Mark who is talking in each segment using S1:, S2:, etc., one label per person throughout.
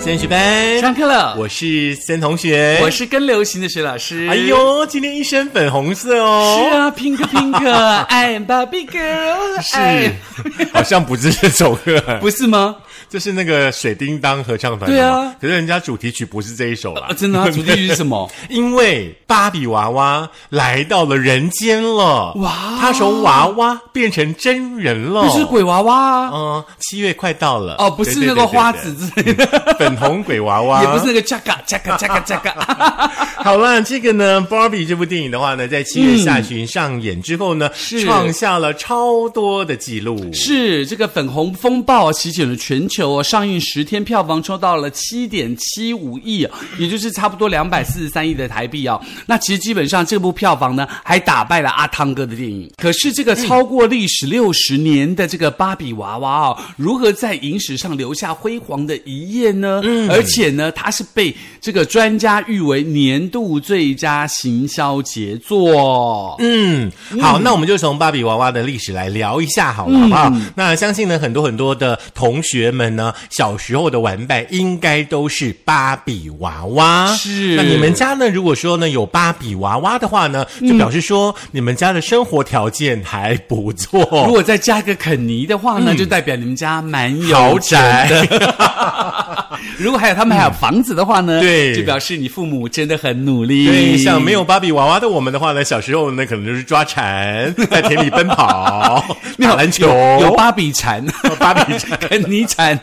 S1: 森学班
S2: 上课了，
S1: 我是森同学，
S2: 我。是跟流行的薛老师。
S1: 哎，呦，今天一身粉红色
S2: 是
S1: 哦，
S2: 啊，Pink Pink，I'm Barbie Girl，哎
S1: 好像不是这首歌，
S2: 不是吗？
S1: 就是那个水叮当合唱团。
S2: 对啊，
S1: 可是人家主题曲不是这一首啦
S2: 啊，。真的吗，主题曲是 什么？
S1: 因为芭比娃娃来到了人间了，
S2: 哇
S1: 她从娃娃变成真人了。
S2: 不是鬼娃娃啊，
S1: 嗯，七月快到了
S2: 哦，不是
S1: 对对
S2: 那
S1: 对
S2: 个
S1: 对
S2: 花
S1: 对
S2: 子之类的，
S1: 粉红鬼娃娃，
S2: 也不是那个 Chaka Chaka Chaka Chaka。
S1: 好了，这个呢，《Barbie》这部电影的话呢，在七月下旬上演之后呢，
S2: 嗯是
S1: 创下了超多的记录。
S2: 是这个粉红风暴席卷了全球哦，上映十天票房冲到了七点七五亿，啊也就是差不多两百四十三亿的台币哦。那其实基本上这部票房呢，还打败了阿汤哥的电影。可是这个超过历史六十年的这个芭比娃娃哦，如何在影史上留下辉煌的一页呢？嗯，而且呢，它是被这个专家誉为年度最佳行销杰作。
S1: 嗯，好，那我们就从芭比娃娃的历史来聊一下好了，好不好？
S2: 嗯
S1: 那相信呢，很多很多的同学们呢，小时候的玩伴应该都是芭比娃娃。
S2: 是
S1: 那你们家呢？如果说呢有芭比娃娃的话呢，
S2: 嗯
S1: 就表示说你们家的生活条件还不错。
S2: 如果再加个肯尼的话呢，就代表你们家蛮
S1: 嗯豪
S2: 有
S1: 宅
S2: 钱的。 如果还有他们还有房子的话
S1: 嗯
S2: 呢，
S1: 对
S2: 就表示你父母真的很努力。
S1: 对，像没有芭比娃娃的我们的话呢，小时候呢可能就是抓蝉，在田里奔 跑，打篮球。哦
S2: 有芭比蝉、
S1: 芭比蝉
S2: 肯尼蝉，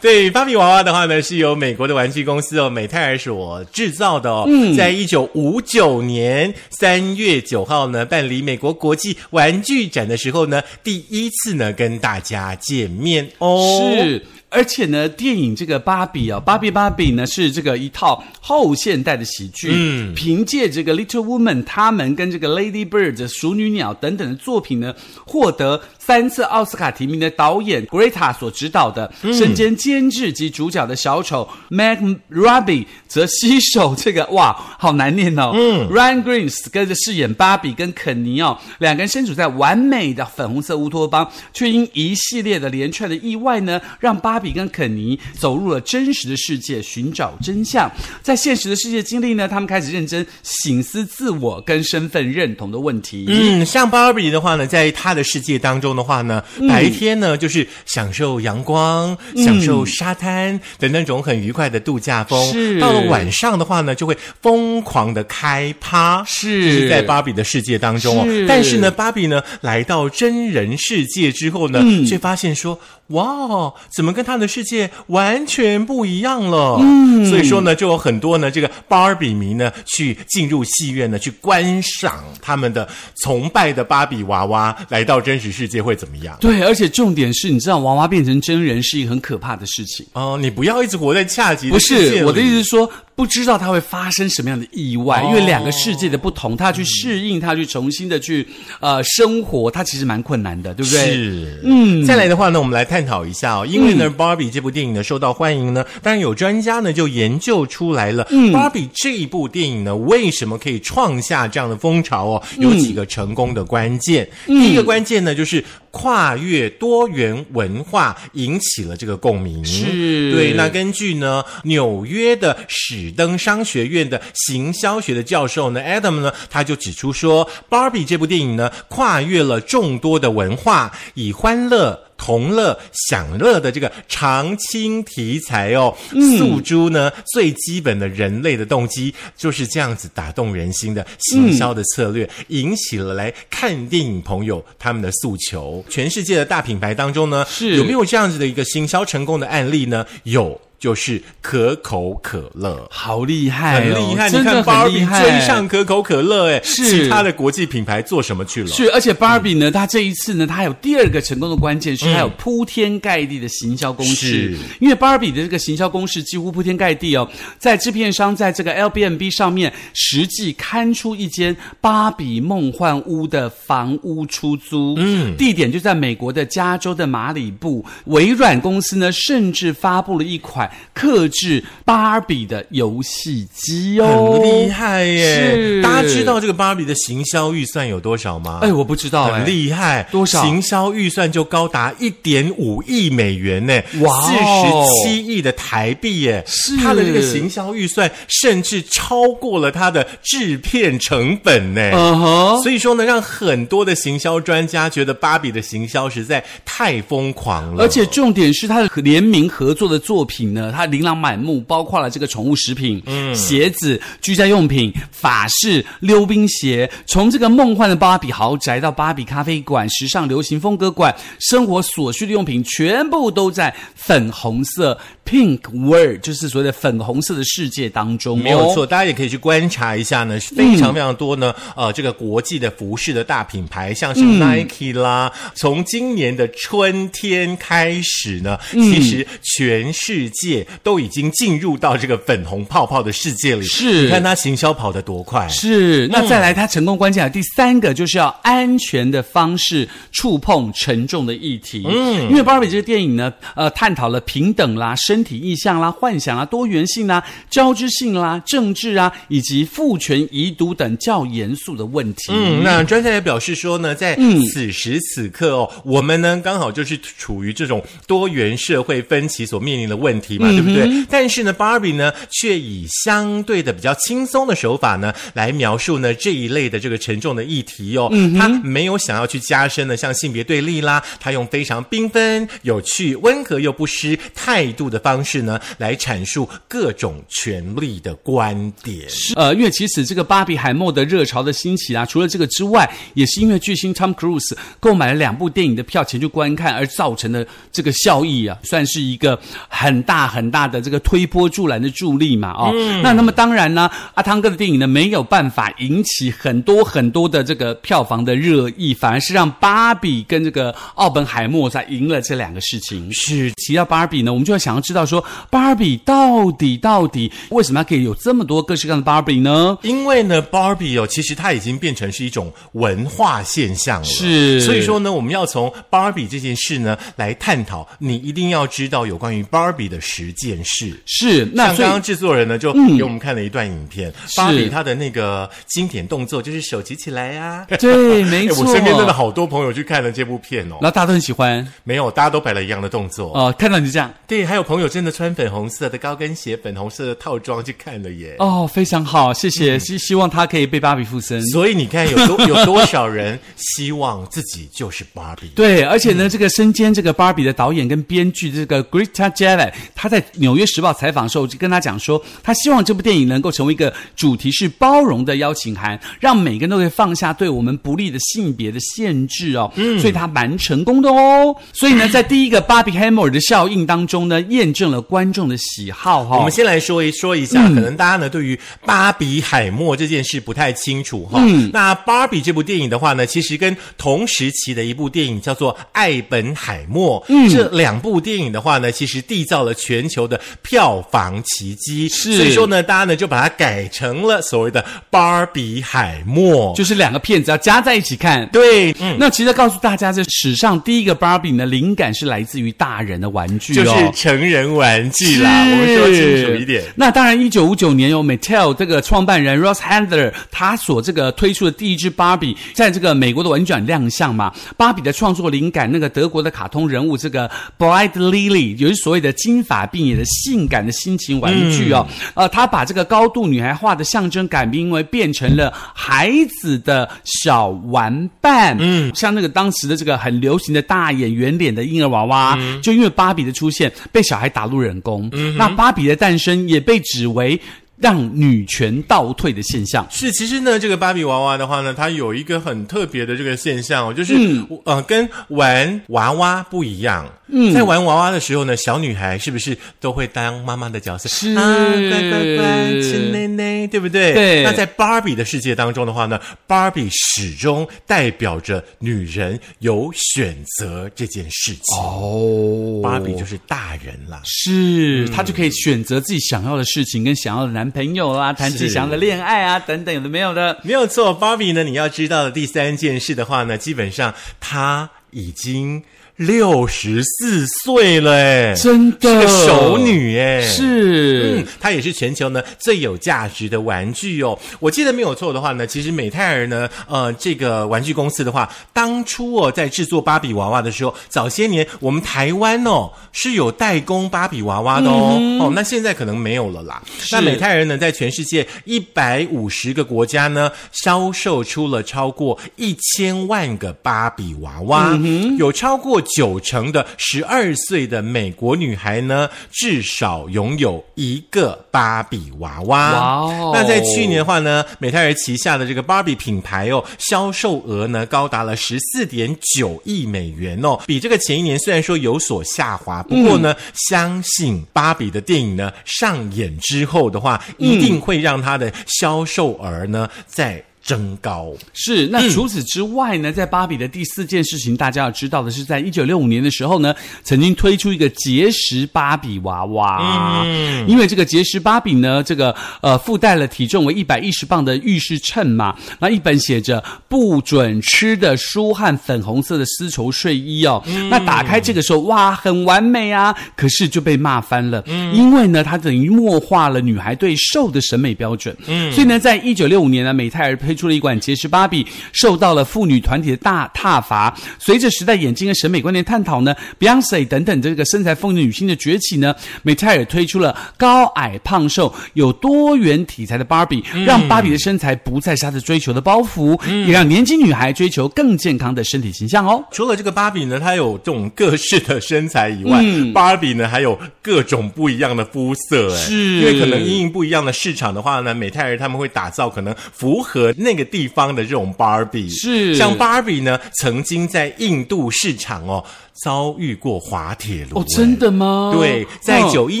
S1: 对，芭比娃娃的话呢，是由美国的玩具公司哦美泰尔所制造的哦。
S2: 嗯
S1: 在一九五九年三月九号呢，办理美国国际玩具展的时候呢，第一次呢跟大家见面哦。。
S2: 是。而且呢，电影这个芭比啊，芭比芭比呢是这个一套后现代的喜剧，嗯，凭借这个 Little Woman，他们跟这个 Lady Bird 熟女鸟等等的作品呢，获得三次奥斯卡提名的导演 Greta 所执导的，身兼监制及主角的小丑 Meg Robbie 则携手这个哇，好难念哦，嗯，Ryan Green 跟着饰演芭比跟肯尼哦，两个人身处在完美的粉红色乌托邦，却因一系列的连串的意外呢，让芭比跟肯尼走入了真实的世界，寻找真相。在现实的世界经历呢，他们开始认真醒思自我跟身份认同的问题。
S1: 嗯，像芭比的话呢，在她的世界当中的话呢，
S2: 嗯
S1: 白天呢就是享受阳光、享受沙滩的那种很愉快的度假风，
S2: 是
S1: 到了晚上的话呢，就会疯狂的开趴，
S2: 是
S1: 这是在芭比的世界当中哦。
S2: 是
S1: 但是呢，芭比呢来到真人世界之后呢，
S2: 嗯
S1: 却发现说。哇哦，怎么跟她的世界完全不一样了？嗯，所以说呢，就有很多呢这个芭比迷呢去进入戏院呢去观赏他们的崇拜的芭比娃娃来到真实世界会怎么样？
S2: 对，而且重点是，你知道娃娃变成真人是一个很可怕的事情。
S1: 哦、你不要一直活在恰吉
S2: 不
S1: 世界
S2: 是我的意
S1: 里
S2: 思是说，不知道它会发生什么样的意
S1: 哦
S2: 外，因为两个世界的不同，他去适应，他去重新的去呃生活，它其实蛮困难的，对不对？
S1: 是，嗯，再来的话呢，我们来探讨一下哦，因为呢，
S2: 嗯
S1: 芭比》这部电影呢受到欢迎呢，当然有专家呢就研究出来了，
S2: 嗯
S1: 芭比》这一部电影呢为什么可以创下这样的风潮哦？
S2: 嗯
S1: 有几个成功的关键，第一个关键呢就是跨越多元文化引起了这个共鸣，
S2: 是
S1: 对。那根据呢纽约的史登商学院的行销学的教授呢 Adam 呢，他就指出说，《芭比》这部电影呢，跨越了众多的文化，以欢乐。同乐、享乐的这个常青题材哦，诉诸呢最基本的人类的动机，就是这样子打动人心的行销的策略，引起了来看电影朋友他们的诉求。全世界的大品牌当中呢，
S2: 是
S1: 有没有？有这样子的一个行销成功的案例呢？有，就是可口可乐。
S2: 好厉害、
S1: 很
S2: 哦，
S1: 厉害，你
S2: 真
S1: 看
S2: 的
S1: 芭
S2: 很厉
S1: 比
S2: 害。
S1: 追上可口可乐，哎，
S2: 是
S1: 其他的国际品牌做什么去了？
S2: 是，而且芭比呢，她这一次呢，她有第二个成功的关键是，她有铺天盖地的行销公式
S1: 嗯是。
S2: 因为芭比的这个行销公式几乎铺天盖地哦，在制片商在这个 Airbnb 上面实际刊出一间芭比梦幻屋的房屋出租，嗯，地点就在美国的加州的马里布。微软公司呢，甚至发布了一款百克制芭比的游戏机哦，
S1: 很厉害耶！
S2: 是
S1: 大家知道这个芭比的行销预算有多少吗？
S2: 哎，我不知道、哎，
S1: 很厉害，
S2: 多少
S1: 行销预算就高达一点五亿美元呢，
S2: 哇
S1: 四
S2: 哦
S1: 十七亿的台币耶！
S2: 是
S1: 他的这个行销预算甚至超过了他的制片成本哎呢。
S2: 嗯哼，
S1: 所以说呢，让很多的行销专家觉得芭比的行销实在太疯狂了，
S2: 而且重点是它的联名合作的作品呢，它琳琅满目，包括了这个宠物食品、嗯、鞋子、居家用品、法式溜冰鞋，从这个梦幻的芭比豪宅到芭比咖啡馆、时尚流行风格馆、生活所需的用品，全部都在粉红色 （pink world） 就是所谓的粉红色的世界当中、哦
S1: 没有错，。大家也可以去观察一下呢，
S2: 嗯
S1: 非常非常多呢，呃，这个国际的服饰的大品牌，像是
S2: 嗯
S1: Nike 啦，从今年的春天开始呢，
S2: 嗯
S1: 其实全世界都已经进入到这个粉红泡泡的世界里。
S2: 是
S1: 你看它行销跑得多快。
S2: 是，那再来，它成功关键的啊第三个就是要安全的方式触碰沉重的议题。嗯，因为《芭比》这个电影呢，呃，探讨了平等啦、身体意向啦、幻想啦、多元性啦、交织性啦、政治啊，以及父权遗毒等较严肃的问题。
S1: 嗯，那专家也表示说呢，在此时此刻哦，我们呢刚好就是处于这种多元社会分歧所面临的问题嘛，对不对？但是呢，Barbie 呢却以相对的比较轻松的手法呢来描述呢这一类的这个沉重的议题哦，他没有想要去加深呢像性别对立啦，他用非常缤纷、有趣、温和又不失态度的方式呢来阐述各种权利的观点。
S2: 呃，因为其实这个芭比海默的热潮的兴起啊，除了这个之外，也是因为巨星 Tom Cruise 购买了两部电影的票前去观看而造成的这个效益啊，算是一个很大很大的这个推波助澜的助力嘛哦。那那么当然呢，阿汤哥的电影呢没有办法引起很多很多的这个票房的热议，反而是让芭比跟这个奥本海默才赢了这两个事情。是提到芭比呢，我们就要想要知道说，芭比到底到底为什么可以有这么多各式各样的芭比呢？
S1: 因为呢，Barbie 哦，其实它已经变成是一种文化现象了。
S2: 是
S1: 所以说呢，我们要从 Barbie 这件事呢来探讨，你一定要知道有关于 Barbie 的十件事。
S2: 是，那
S1: 像
S2: 所
S1: 刚
S2: 以嗯
S1: 刚制作人呢，就给我们看了一段影片，芭比她的那个经典动作就是手举起来呀、啊。
S2: 对，没
S1: 哎
S2: 错。
S1: 我身边真的好多朋友去看了这部片哦
S2: 然，后大家都很喜欢
S1: 没有，大家都摆了一样的动作。
S2: 哦、看到你这样
S1: 对，还有朋友真的穿粉红色的高跟鞋、粉红色的套装去看了耶。
S2: 哦，非常好，谢
S1: 嗯
S2: 谢，希、希望他可以被芭比附身。
S1: 所以你看，有 多有多少人希望自己就是芭比？
S2: 对，而且呢，
S1: 嗯
S2: 这个身兼这个芭比的导演跟编剧，这个 Greta Gerwig，他在《纽约时报》采访的时候就跟他讲说，他希望这部电影能够成为一个主题是包容的邀请函，让每个人都可以放下对我们不利的性别的限制哦。嗯，所以他蛮成功的哦。所以呢，在第一个芭比 Hammer 的效应当中呢，验证了观众的喜好哦嗯哈、
S1: 我们先来说一说一下，可能大家呢对于芭比海默这件事不太清楚哈。
S2: 嗯
S1: 那芭比这部电影的话呢，其实跟同时期的一部电影叫做《爱本海默》，
S2: 嗯
S1: 这两部电影的话呢，其实缔造了全球的票房奇迹。
S2: 是
S1: 所以说呢，大家呢就把它改成了所谓的芭比海默。
S2: 就是两个片子要加在一起看。
S1: 对，嗯。
S2: 那其实告诉大家，这史上第一个芭比呢，灵感是来自于大人的玩具
S1: 就
S2: 哦。
S1: 是成人玩具啦，
S2: 是
S1: 我们说清楚一点。
S2: 那当然，一九五九年由 Mattel 这个创办人 Ross Handler 他所这个推出的第一只芭比，在这个美国的玩具展亮相嘛。芭比的创作灵感，那个德国的卡通人物这个 Bride Lily，有所谓的金发碧眼的性感的新情玩具哦。呃，他把这个高度女孩化的象征改名为变成了孩子的小玩伴。嗯，像那个当时的这个很流行的大眼圆脸的婴儿娃娃，就因为芭比的出现被小孩打入冷宫。嗯，那芭比的诞生也被指为让女权倒退的现象。
S1: 是，其实呢，这个芭比娃娃的话呢，它有一个很特别的这个现象哦，就是、
S2: 嗯
S1: 呃，跟玩娃娃不一样。嗯，在玩娃娃的时候呢，小女孩是不是都会当妈妈的角色？
S2: 是
S1: 啊，乖乖乖，亲内内，对不对？
S2: 对
S1: 那在芭比的世界当中的话呢，芭比始终代表着女人有选择这件事情。
S2: 哦
S1: 芭比就是大人啦。
S2: 是，她就可以选择自己想要的事情，跟想要的男朋友啦，谈自己
S1: 是
S2: 想要的恋爱啊，等等，有的没有的。
S1: 没有错，芭比呢，你要知道的第三件事的话呢，基本上它已经六十四岁了，哎，
S2: 真的
S1: 是个熟女，哎，。
S2: 是
S1: 嗯，它也是全球呢最有价值的玩具哦。我记得没有错的话呢，其实美泰尔呢，呃，这个玩具公司的话，当初哦在制作芭比娃娃的时候，早些年我们台湾哦是有代工芭比娃娃的哦，
S2: 嗯
S1: 哦，那现在可能没有了啦。那美泰尔呢，在全世界一百五十个国家呢，销售出了超过一千万个芭比娃娃，
S2: 嗯
S1: 有超过九成的十二岁的美国女孩呢，至少拥有一个芭比娃娃。
S2: 哇哦
S1: 那在去年的话呢，美泰尔旗下的这个芭比品牌哦，销售额呢高达了十四点九亿美元哦，比这个前一年虽然说有所下滑，不过呢，相信芭比的电影呢上演之后的话，一定会让它的销售额呢再增高。
S2: 是，那除此之外呢，在芭比的第四件事情，大家要知道的是，在一九六五年的时候呢，曾经推出一个结石芭比娃娃。嗯，因为这个结石芭比呢，这个呃附带了体重为一百一十磅的浴室秤嘛，那一本写着“不准吃”的书和粉红色的丝绸睡衣哦。那打开这个时候，哇，很完美啊，可是就被骂翻了，因为呢，它等于弱化了女孩对瘦的审美标准。嗯，所以呢，在一九六五年呢，美泰尔推出了一款结石芭比，受到了妇女团体的大挞伐。随着时代眼镜跟审美观念探讨呢，Beyonce 等等这个身材丰腴女性的崛起呢，美泰尔推出了高矮胖瘦有多元体裁的芭比，
S1: 嗯
S2: 让芭比的身材不再是她的追求的包袱，也让年轻女孩追求更健康的身体形象哦。
S1: 除了这个芭比呢，它有这种各式的身材以外，
S2: 嗯
S1: 芭比呢还有各种不一样的肤色，哎
S2: 是
S1: 因为可能因应不一样的市场的话呢，美泰尔他们会打造可能符合那个地方的这种芭比，
S2: 是
S1: 像芭比呢曾经在印度市场哦遭遇过滑铁卢，
S2: 哦，真
S1: 哎
S2: 的吗？
S1: 对，在
S2: 哦
S1: 九一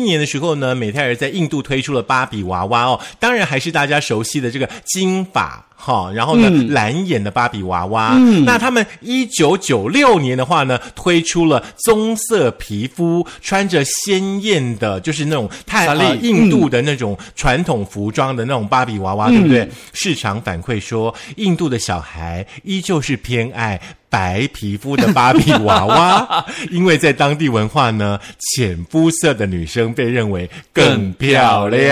S1: 年的时候呢，美泰尔在印度推出了芭比娃娃哦，当然还是大家熟悉的这个金发。哈，然后呢，蓝眼的芭比娃娃。嗯，那他们一九九六年的话呢，推出了棕色皮肤、穿着鲜艳的，就是那种太、
S2: 萨莉
S1: 呃、印度的那种传统服装的那种芭比娃娃，
S2: 嗯
S1: 对不对？市场反馈说，印度的小孩依旧是偏爱白皮肤的芭比娃 娃，因为在当地文化呢，浅肤色的女生被认为更漂
S2: 更漂
S1: 亮，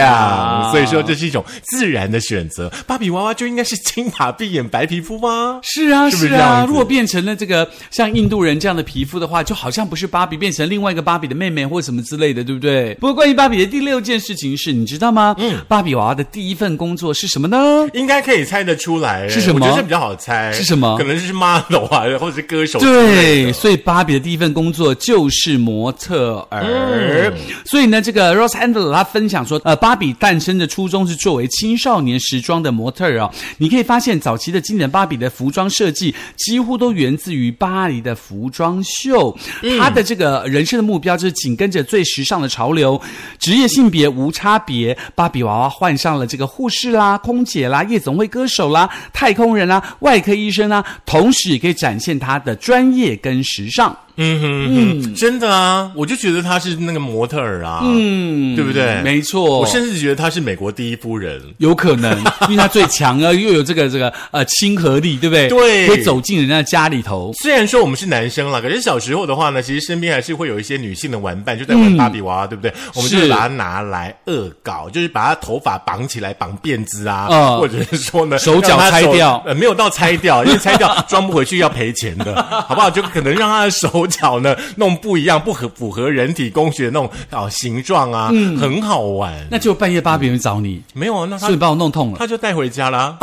S2: 亮
S1: 所以说这是一种自然的选择。芭比娃娃就应该是金发碧眼白皮肤吗？
S2: 是啊，
S1: 是不是
S2: 是
S1: 这样
S2: 啊。
S1: 子
S2: 如果变成了这个像印度人这样的皮肤的话，就好像不是芭比，变成另外一个芭比的妹妹或什么之类的，对不对？不过关于芭比的第六件事情是，你知道吗？嗯，芭比娃娃的第一份工作是什么呢？
S1: 应该可以猜得出来，
S2: 是什么
S1: 我觉得这比较好猜，
S2: 是什么
S1: 可能是 model 啊，或者是歌手之类的。
S2: 对，所以芭比的第一份工作就是模特儿。嗯所以呢，这个 Rose Handler 她分享说，呃，芭比诞生的初衷是作为青少年时装的模特儿哦。你可以发现，早期的经典芭比的服装设计几乎都源自于巴黎的服装秀。她的这个人生的目标就是紧跟着最时尚的潮流，职业性别无差别。芭比娃娃换上了这个护士啦、空姐啦、夜总会歌手啦、太空人啦、外科医生啦，同时也可以展现她的专业跟时尚。
S1: 嗯哼哼，真的啊，我就觉得她是那个模特儿啊，嗯，对不对？
S2: 没错，
S1: 我甚至觉得她是美国第一夫人。
S2: 有可 能，因为她最强啊，又有这个这个呃亲和力，对不对？
S1: 对
S2: 会走进人家家里头。
S1: 虽然说我们是男生啦，可是小时候的话呢，其实身边还是会有一些女性的玩伴，就在玩芭比
S2: 嗯
S1: 娃娃，对不对？我们就会把它拿来恶搞，就是把她头发绑起来，绑辫子啊，
S2: 嗯
S1: 或者是说呢，
S2: 手
S1: 让
S2: 脚
S1: 她
S2: 拆掉
S1: 呃，没有到拆掉， 因为拆掉装不回去要赔钱的， 好不好？就可能让她的手脚呢弄不一样，不合符合人体工学的那种啊、形状啊，
S2: 嗯
S1: 很好玩。
S2: 那就半夜芭比人找你，
S1: 没有啊，那
S2: 是
S1: 她
S2: 不是把我弄痛了？
S1: 他就带回家 啦。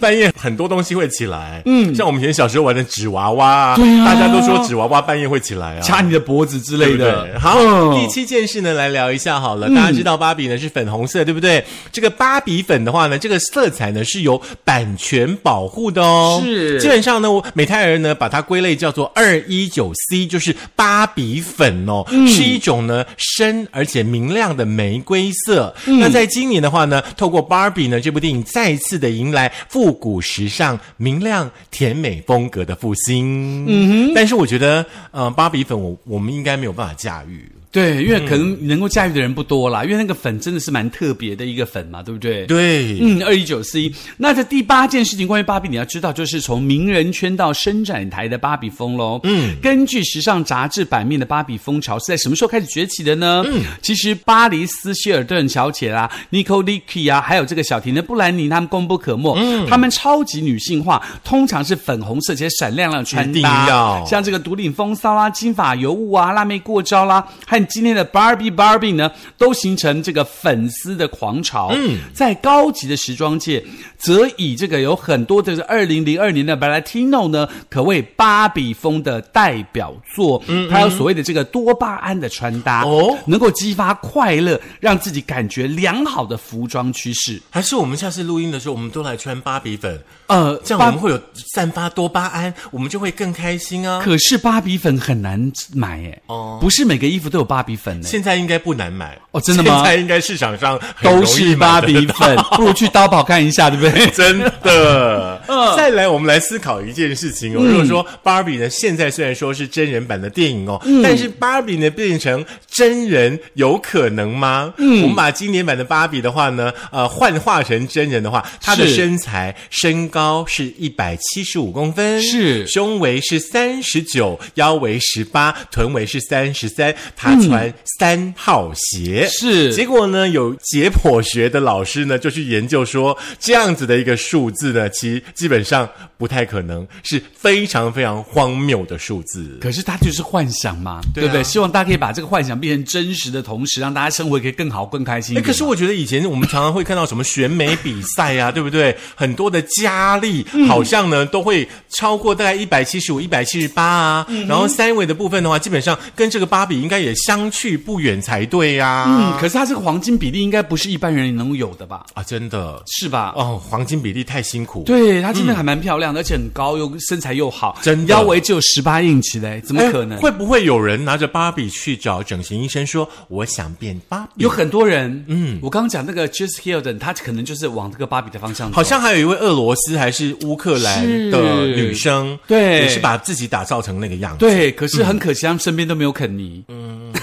S1: 半夜很多东西会起来，嗯，像我们以前小时候玩的纸娃娃啊，
S2: 对啊
S1: 大家都说纸娃娃半夜会起来啊，
S2: 掐你的脖子之类
S1: 对
S2: 的。
S1: 对？好，
S2: 嗯
S1: 第七件事呢，来聊一下好了。大家知道芭比呢是粉红色，对不对？这个芭比粉的话呢，这个色彩呢是有版权保护的哦。
S2: 是
S1: 基本上呢，我美泰尔呢把它归类叫做二一九 C，就是芭比粉哦，
S2: 嗯
S1: 是一种呢深而且明亮的玫瑰色。
S2: 嗯
S1: 那在今年的话呢，透过芭比呢这部电影再次的迎来复古时尚、明亮甜美风格的复兴。嗯哼，但是我觉得，呃，芭比粉我我们应该没有办法驾驭。
S2: 对，因为可能能够驾驭的人不多啦，因为那个粉真的是蛮特别的一个粉嘛，对不对？
S1: 对，
S2: 嗯，二一九四一。那这第八件事情关于芭比，你要知道，就是从名人圈到伸展台的芭比风喽。嗯，根据时尚杂志版面的芭比风潮是在什么时候开始崛起的呢？嗯，其实巴黎斯希尔顿小姐啦、n i c o l i k i 啊，还有这个小甜的布兰妮，她们功不可没。嗯，她们超级女性化，通常是粉红色且闪亮亮的穿
S1: 一定
S2: 搭，
S1: 要
S2: 像这个独领风骚啦、金发尤物啊、辣妹过招啦，和今天的 Barbie Barbie 呢，都形成这个粉丝的狂潮。嗯，在高级的时装界，则以这个有很多的二零零二年的 Valentino 呢，可谓芭比风的代表作。嗯它有所谓的这个多巴胺的穿搭，
S1: 哦
S2: 能够激发快乐，让自己感觉良好的服装趋势。
S1: 还是我们下次录音的时候，我们都来穿芭比粉，
S2: 呃，
S1: 这样我们会有散发多巴胺，我们就会更开心啊。
S2: 可是芭比粉很难买哎，
S1: 哦
S2: 不是每个衣服都有芭比粉哎。
S1: 现在应该不难买
S2: 哦真的吗
S1: 现在应该市场上很容易
S2: 都是芭
S1: 买
S2: 比
S1: 得到？
S2: 粉，不如去淘宝看一下，对不对
S1: 真 的。
S2: 嗯
S1: 再来，我们来思考一件事情哦。如果说芭比呢，现在虽然说是真人版的电影哦，
S2: 嗯
S1: 但是芭比呢变成真人有可能吗？嗯，我们把经典版的芭比的话呢，呃，幻化成真人的话，她的
S2: 是
S1: 身材身高是一百七十五公分，
S2: 是
S1: 胸围是三十九，腰围十八，臀围是三十三，她穿三号鞋，
S2: 嗯是
S1: 结果呢，有解剖学的老师呢，就去研究说，这样子的一个数字呢，其实基本上不太可能，是非常非常荒谬的数字。
S2: 可是它就是幻想嘛，
S1: 对
S2: 对
S1: 啊
S2: 不对？希望大家可以把这个幻想变成真实的同时，让大家生活可以更好、更开心一
S1: 哎，
S2: 点。
S1: 可是我觉得以前我们常常会看到什么选美比赛啊，对不对？很多的佳丽好像呢都会超过大概一百七十五、一百七十八啊，然后三维的部分的话，基本上跟这个芭比应该也相去不远才对啊呀、
S2: 嗯，可是它这个黄金比例应该不是一般人能有的吧？
S1: 啊，真的
S2: 是吧？
S1: 哦，黄金比例太辛苦。
S2: 对，她真的还蛮漂亮的，而且很高，又身材又好，
S1: 真的
S2: 腰围只有十八英尺嘞，怎么
S1: 哎
S2: 可能？
S1: 会不会有人拿着芭比去找整形医生说：“我想变芭比
S2: 有很多人，嗯，我刚刚讲那个 Jess Hilton，她可能就是往这个芭比的方向”？走。
S1: 好像还有一位俄罗斯还是乌克兰的
S2: 是
S1: 女生，
S2: 对
S1: 也是把自己打造成那个样子。
S2: 对，可是很可惜，他们身边都没有肯尼。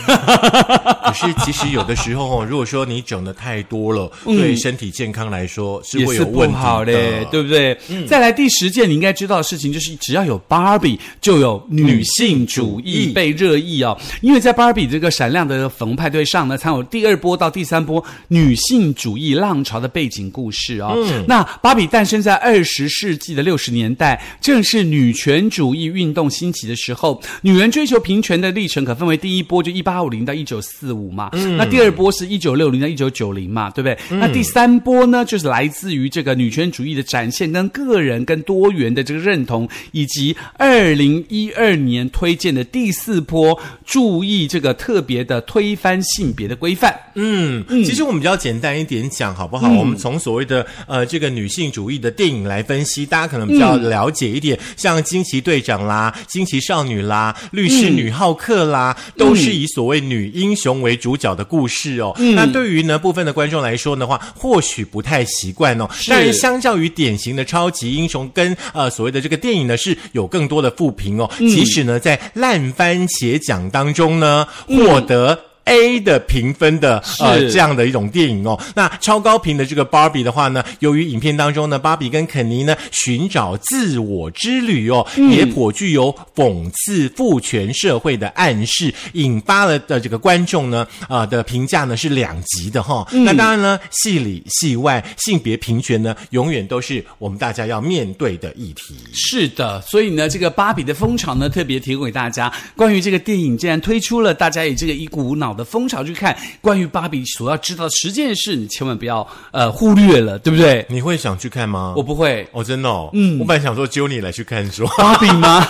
S1: 可是其实有的时候哦，如果说你整的太多了，对身体健康来说是
S2: 嗯也
S1: 会
S2: 是
S1: 有
S2: 不
S1: 问题
S2: 好嘞
S1: 的，。嗯
S2: 对不对？再来第十件你应该知道的事情，就是只要有芭比，就有女性主
S1: 女性主
S2: 义
S1: 义
S2: 被热议哦。因为在芭比这个闪亮的粉红派对上呢，才有第二波到第三波女性主义浪潮的背景故事哦。
S1: 嗯
S2: 那芭比诞生在二十世纪的六十年代，正是女权主义运动兴起的时候。女人追求平权的历程可分为第一波就一八五零到一九四五嘛，那第二波是一九六零到一九九零嘛，对不对？那第三波呢，就是来自于这个女权主义的展现跟个人跟多元的这个认同，以及二零一二年推荐的第四波注意这个特别的推翻性别的规范。
S1: 嗯，其实我们比较简单一点讲好不
S2: 嗯
S1: 好？我们从所谓的呃这个女性主义的电影来分析，大家可能比较了解一点，
S2: 嗯
S1: 像《惊奇队长》啦，《惊奇少女》啦，《律
S2: 嗯
S1: 师女浩克》啦，都是以所谓女英雄为主角的故事哦。
S2: 嗯
S1: 那对于呢部分的观众来说的话，或许不太习惯哦。
S2: 是
S1: 但是相较于典型的超级英雄跟呃所谓的这个电影呢，是有更多的负评哦。
S2: 嗯
S1: 即使呢在烂番茄奖当中呢获得。A 的评分的呃
S2: 嗯是
S1: 这样的一种电影哦。那超高频的这个芭比的话呢，由于影片当中呢，芭比跟肯尼呢寻找自我之旅哦，
S2: 嗯
S1: 也颇具有讽刺父权社会的暗示，引发了的这个观众呢呃的评价呢是两极的哈、
S2: 嗯
S1: 那当然呢，戏里戏外性别平权呢，永远都是我们大家要面对的议题。
S2: 是的，所以呢，这个芭比的风潮呢，特别提供给大家。关于这个电影，既然推出了，大家以这个一股脑的风潮去看。关于芭比所要知道的十件事，你千万不要呃忽略了，对不对？
S1: 你会想去看吗？
S2: 我不会
S1: 哦，真的哦，嗯，我本来想说只有你来去看说。
S2: 芭比吗？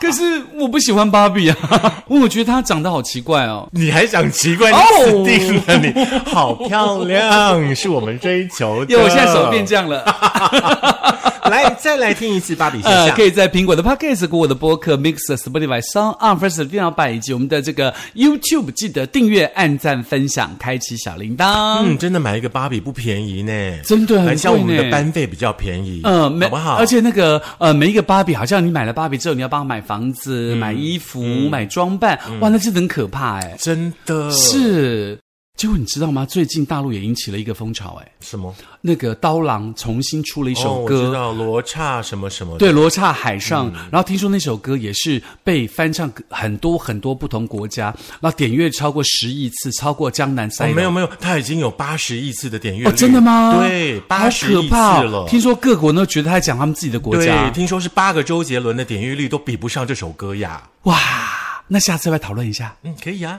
S2: 可是我不喜欢芭比啊，我觉得她长得好奇怪哦。
S1: 你还想奇怪？你
S2: 哦
S1: 死定了你！好漂亮，是我们追求的。
S2: 因为我现在手变这样了。
S1: 来，再来听一次芭比现
S2: 呃，
S1: 象
S2: 可。以在苹果的 Podcast、Google 的播客、Mix、Spotify、Sound On、First 的电脑版以及我们的这个 YouTube 记得订阅、按赞、分享、开启小铃铛。
S1: 嗯，真的买一个芭比不便宜呢，
S2: 真的很贵呢
S1: 还像我们的班费比较便宜，
S2: 呃，每
S1: 好不好？
S2: 而且那个呃，每一个芭比，好像你买了芭比之后，你要帮她买房子、买衣服、
S1: 嗯
S2: 买装扮，哇，那真的很可怕哎、
S1: 真的
S2: 是，结果你知道吗？最近大陆也引起了一个风潮哎、
S1: 什么？
S2: 那个刀郎重新出了一
S1: 哦，
S2: 首
S1: 我
S2: 歌
S1: 知，道嗯罗刹什么什么的。
S2: 对，罗刹海上，然后听说那首歌也是被翻唱很多很多不同国家，然后点阅超过十亿次，超过江南
S1: 哦
S2: 三、
S1: 没有。没有，他已经有八十亿次的点阅率、
S2: 哦，真的吗？
S1: 对，
S2: 好
S1: 八十
S2: 可
S1: 亿次
S2: 怕
S1: 了。
S2: 哦！听说各国呢觉得他在讲他们自己的国
S1: 对，
S2: 家，
S1: 听说是八个周杰伦的点阅率都比不上这首歌呀。
S2: 哇！那下次来讨论一下。
S1: 嗯，可以呀、